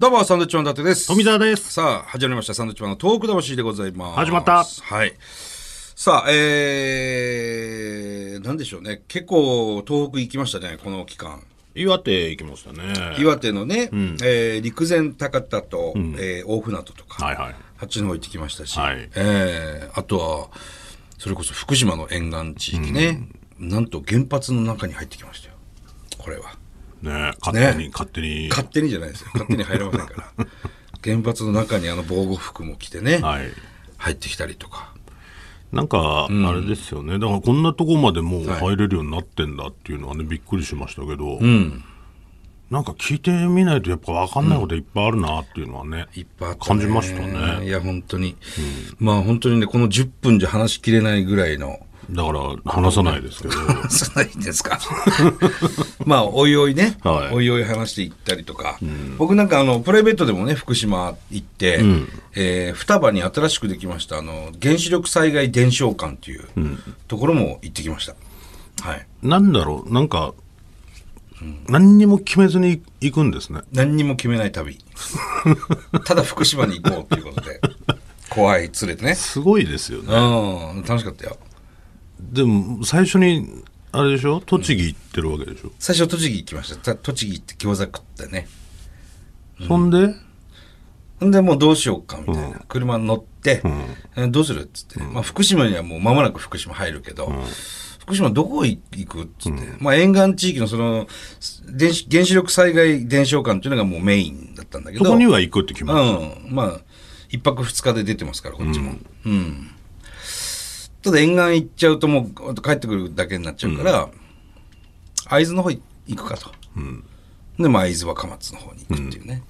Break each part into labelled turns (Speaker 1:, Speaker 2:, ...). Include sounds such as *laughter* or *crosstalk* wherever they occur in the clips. Speaker 1: どうも、サンドウィッチマン伊達です。
Speaker 2: 富澤です
Speaker 1: さあ、始まりました。サンドウィッチマンのトーク魂でございます。
Speaker 2: 始まった
Speaker 1: はい。さあ、えー、なんでしょうね。結構、東北行きましたね、この期間。
Speaker 2: 岩手行きましたね。
Speaker 1: 岩手のね、えー陸前高田と、えー大船渡とか、
Speaker 2: はいはい
Speaker 1: 八戸行ってきましたし、
Speaker 2: はい
Speaker 1: えーあとは、それこそ福島の沿岸地域ね、なんと原発の中に入ってきましたよ。これは。
Speaker 2: ね勝手に、
Speaker 1: ね
Speaker 2: 勝手に。
Speaker 1: 勝手にじゃないですよ。勝手に入らません
Speaker 2: *laughs*
Speaker 1: から。原発の中にあの防護服も着てね、
Speaker 2: はい。
Speaker 1: 入ってきたりとか。
Speaker 2: なんか、あれですよね。だからこんなとこまでもう入れるようになってんだっていうのはね、びっくりしましたけど。なんか聞いてみないとやっぱ分かんないこといっぱいあるなっていうのはね。
Speaker 1: いっぱいあったね
Speaker 2: 感じましたね
Speaker 1: いや、本当に。まあ本当にね、この10分じゃ話しきれないぐらいの。
Speaker 2: だから話さないですけど。
Speaker 1: そんなにいいですか *laughs* まあ、おいおいね、
Speaker 2: はい
Speaker 1: おいおい話していったりとか、僕なんかあの、プライベートでもね、福島行って、えー双葉に新しくできました、あの、原子力災害伝承館っていうところも行ってきました。はい。
Speaker 2: *laughs* なんだろう、なんか、何にも決めずに行くんですね。
Speaker 1: 何にも決めない
Speaker 2: *laughs*
Speaker 1: 旅ただ福島に行こうっていうことで怖い連れてね
Speaker 2: すごいですよね。
Speaker 1: うん楽しかったよ
Speaker 2: でも、最初に、あれでしょ栃木行ってるわけでしょ、
Speaker 1: 最初栃木行きましたた栃木行って餃子食ったね
Speaker 2: そんで、
Speaker 1: んでもうどうしようかみたいな、車に乗って、えどうするっつって、まあ、福島にはもう間もなく福島入るけど、福島どこ行くっつって、まあ、沿岸地域のその電子原子力災害伝承館っていうのがもうメインだったんだけど
Speaker 2: そこには行くって決まっ
Speaker 1: うん、まあ、一泊二日で出てますから、こっちも。うん。ただ沿岸行っちゃうともう帰ってくるだけになっちゃうから、会津の方行くかと。で、まあ、会津若松の方に行くっていうね。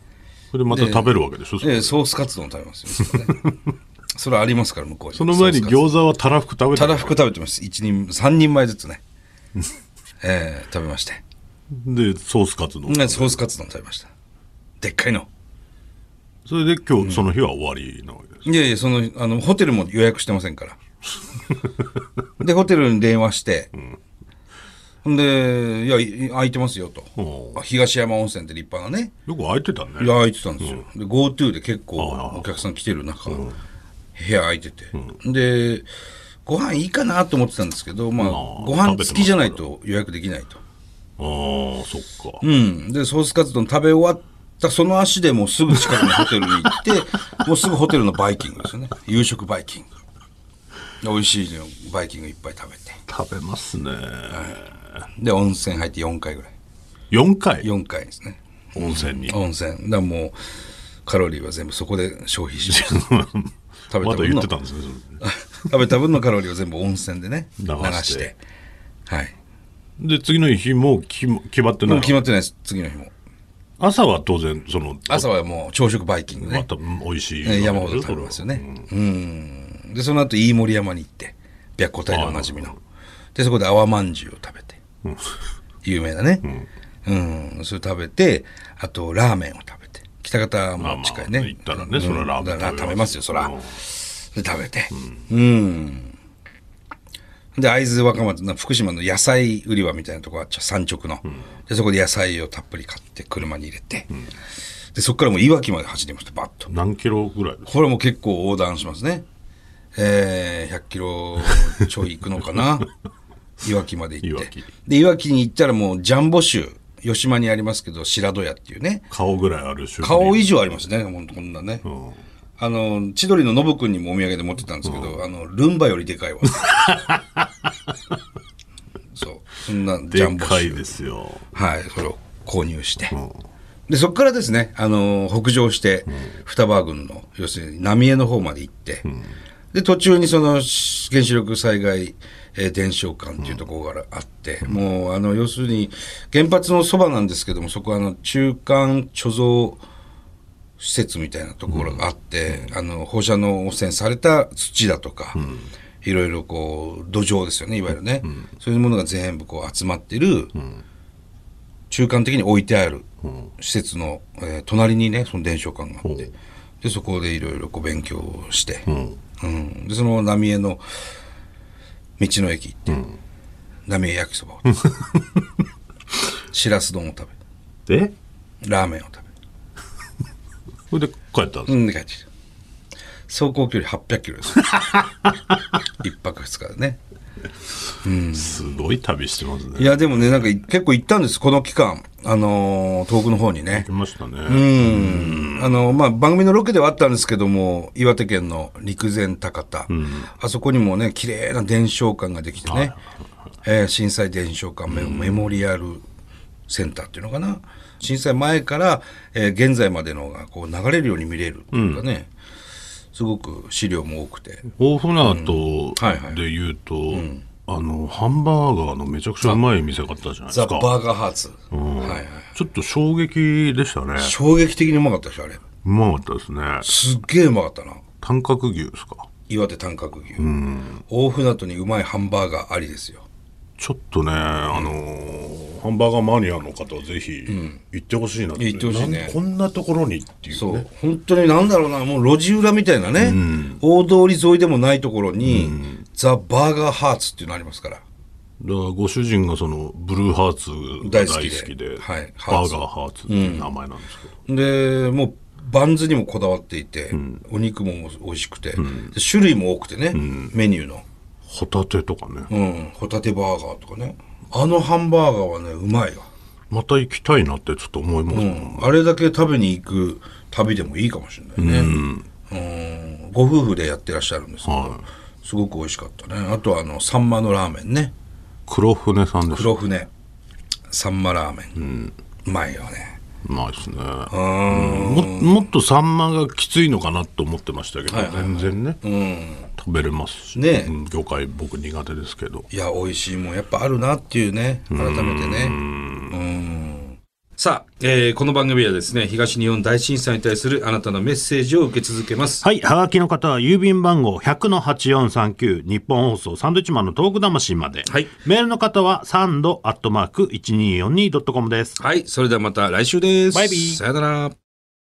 Speaker 2: それでまた食べるわけでしょそ
Speaker 1: で、ソースカツ丼を食べますよそこで。
Speaker 2: *laughs*
Speaker 1: それはありますから、向こうに。
Speaker 2: その前に
Speaker 1: ソースカツ丼
Speaker 2: 餃子はたらふく食べ
Speaker 1: た
Speaker 2: た
Speaker 1: らふく食べてます。一人、三人前ず
Speaker 2: *laughs*
Speaker 1: つね。えー食べまして。
Speaker 2: でソースカツ丼、
Speaker 1: ねソースカツ丼食べました。でっかいの。
Speaker 2: それで今日その日は終わりなわけです、
Speaker 1: いやいや、その、あの、ホテルも予約してません
Speaker 2: *laughs*
Speaker 1: から。で、ホテルに電話して、ほんで、いやい、空いてますよと。
Speaker 2: うん
Speaker 1: あ東山温泉って立派なね。
Speaker 2: よく空いてたね
Speaker 1: いや、空いてたんですよ。で、GoTo で結構
Speaker 2: ああ
Speaker 1: お客さん来てる中、部屋空いてて。で、ご飯いいかなと思ってたんですけど、まあ、
Speaker 2: あ
Speaker 1: ご飯付きじゃないと予約できないと。
Speaker 2: ああそっか、
Speaker 1: うん。で、ソースカツ丼食べ終わったその足でもうすぐ近くのホテルに行
Speaker 2: *laughs*
Speaker 1: って、もうすぐホテルのバイキングですよね。夕食バイキング。で美味しいのバイキングいっぱい食べて。
Speaker 2: 食べますね、
Speaker 1: で、温泉入って4回ぐらい。
Speaker 2: 4回
Speaker 1: 4回ですね。
Speaker 2: 温泉 *laughs* に、
Speaker 1: 温泉。だからもう、カロリーは全部そこで消費しました。食べ
Speaker 2: ま
Speaker 1: た
Speaker 2: だ
Speaker 1: 分
Speaker 2: 言っ
Speaker 1: の、
Speaker 2: てたんですねそれ
Speaker 1: *laughs* 食べた分のカロリーを全部温泉でね、流
Speaker 2: 流
Speaker 1: して。
Speaker 2: して
Speaker 1: はい。
Speaker 2: で次の日も決ま決まって
Speaker 1: も
Speaker 2: な
Speaker 1: う
Speaker 2: い
Speaker 1: 決まってないです、次の日も。
Speaker 2: 朝は当然その
Speaker 1: 朝はもう朝食バイキングね
Speaker 2: ま。た美味し
Speaker 1: え
Speaker 2: い、
Speaker 1: ー山ほど食べますよね。うん。で、その後、飯盛山に行って、白虎隊でおなじみの。で、そこで泡まんじゅうを食べて、有名だね。うん。それ食べて、あと、ラーメンを食べて。北方
Speaker 2: ま
Speaker 1: も
Speaker 2: あまあ
Speaker 1: 近い
Speaker 2: 行
Speaker 1: ね
Speaker 2: っ。たら
Speaker 1: う
Speaker 2: ね
Speaker 1: ん
Speaker 2: それはラーメン
Speaker 1: だから食べますよ、そら
Speaker 2: うん。
Speaker 1: で、食べて。うん。で、会津若松の福島の野菜売り場みたいなとこあっちゃう産直の。で、そこで野菜をたっぷり買って、車に入れて。で、そこからもういわきまで走りました、バッと。
Speaker 2: 何キロぐらいですか
Speaker 1: これも結構横断しますね。えー、100キロちょい行くのかな。いわきまで行っ
Speaker 2: いわ
Speaker 1: て
Speaker 2: き。
Speaker 1: で、いわきに行ったらもうジャンボ州、吉島にありますけど、白戸屋っていうね。
Speaker 2: 顔ぐらいあるし
Speaker 1: 顔以上ありますね、ほんとこんなね。
Speaker 2: ん
Speaker 1: あの、千鳥のノブくんにもお土産で持ってたんですけど、あの、ルンバよりでかい
Speaker 2: *laughs*
Speaker 1: わ。そう。そんなジャ
Speaker 2: で
Speaker 1: ンボ
Speaker 2: か
Speaker 1: 州
Speaker 2: い。ですよ
Speaker 1: はい、それを購入して。
Speaker 2: うん
Speaker 1: で、そこからですね、あのー北上して、双葉郡の、要するに浪江の方まで行って、で、途中にその、し原子力災害、えー伝承館っていうところがあって、もう、あの、要するに、原発のそばなんですけども、そこは、あの、中間貯蔵施設みたいなところがあって、あの、放射能汚染された土だとか、いろいろこう、土壌ですよね、いわゆるね。そういうものが全部こう集まってる、中間的に置いてある施設の、えー隣にねその伝承館があってでそこでいろいろこう勉強をして、
Speaker 2: うん
Speaker 1: うんでその浪江の道の駅行って、浪江焼きそばを食べしらす丼を食
Speaker 2: で
Speaker 1: べラーメンを食べ
Speaker 2: それで帰ったんです、
Speaker 1: うん、帰ってきた。走行距離800キロです。一泊二日でね。
Speaker 2: すごい旅してますね
Speaker 1: いや、でもね、なんか結構行ったんです、この期間。あのー遠くの方にね
Speaker 2: 来。ましたね、
Speaker 1: うんあのまあ、番組のロケではあったんですけども、岩手県の陸前高田、あそこにもね、綺麗な伝承館ができてね、えー震災伝承館メ,、メモリアルセンターっていうのかな、震災前から、えー現在までのがこう流れるように見れるっていうかね、すごく資料も多くて、
Speaker 2: 大船渡
Speaker 1: はいはい
Speaker 2: で言うと、あのハンバーガーのめちゃくちゃうまい店があったじゃないです
Speaker 1: ザ・
Speaker 2: か
Speaker 1: バーガーハーツ、はいはい、
Speaker 2: ちょっと衝撃でしたね
Speaker 1: 衝撃的にうまかったでしょ、あれ、
Speaker 2: うまかったですね
Speaker 1: すっげえうまかったな、
Speaker 2: 短角牛ですか
Speaker 1: 岩手短角牛、大船渡にうまいハンバーガーありですよ。
Speaker 2: ちょっとね、あのーハンバーガーマニアの方はぜひ行ってほしいなって、
Speaker 1: 行ってほしいね
Speaker 2: なんこんなところにっていう
Speaker 1: そう
Speaker 2: ね
Speaker 1: 本当になんだろうなもう路地裏みたいなね、大通り沿いでもないところに、ザ・バーガーハーツっていうのありますから
Speaker 2: だからご主人がそのブルーハーツが大
Speaker 1: 大好
Speaker 2: 好
Speaker 1: きで
Speaker 2: きで
Speaker 1: はい
Speaker 2: バーガーハーツっていう名前なんですけど、
Speaker 1: でもうバンズにもこだわっていて、お肉も美味しくて、で種類も多くてね、メニューの、
Speaker 2: ホタテとかね、
Speaker 1: うん、ホタテバーガーとかねあのハンバーガーはねうまいわ、
Speaker 2: また行きたいなってちょっと思いますもん、
Speaker 1: うんあれだけ食べに行く旅でもいいかもしれないね、うんご夫婦でやってらっしゃるんですけど、
Speaker 2: はい
Speaker 1: すごく美味しかったねあとはあのサンマのラーメンね
Speaker 2: 黒船さんです
Speaker 1: 黒船サンマラーメン、うまいよね
Speaker 2: うまいですねももっとサンマがきついのかなと思ってましたけど、全然ね、食べれますし、
Speaker 1: ねえ
Speaker 2: うん魚介僕苦手ですけど
Speaker 1: いや美味しいもんやっぱあるなっていうね改めてねうんさあ、えーこの番組はですね東日本大震災に対するあなたのメッセージを受け続けます
Speaker 3: はい、はがきの方は郵便番号100-8439日本放送サンドイッチマンのトーク魂まで。
Speaker 1: はい
Speaker 3: メールの方はサンドアットマーク 1242.com です。
Speaker 1: はいそれではまた来週です
Speaker 3: バイビー
Speaker 1: さよなら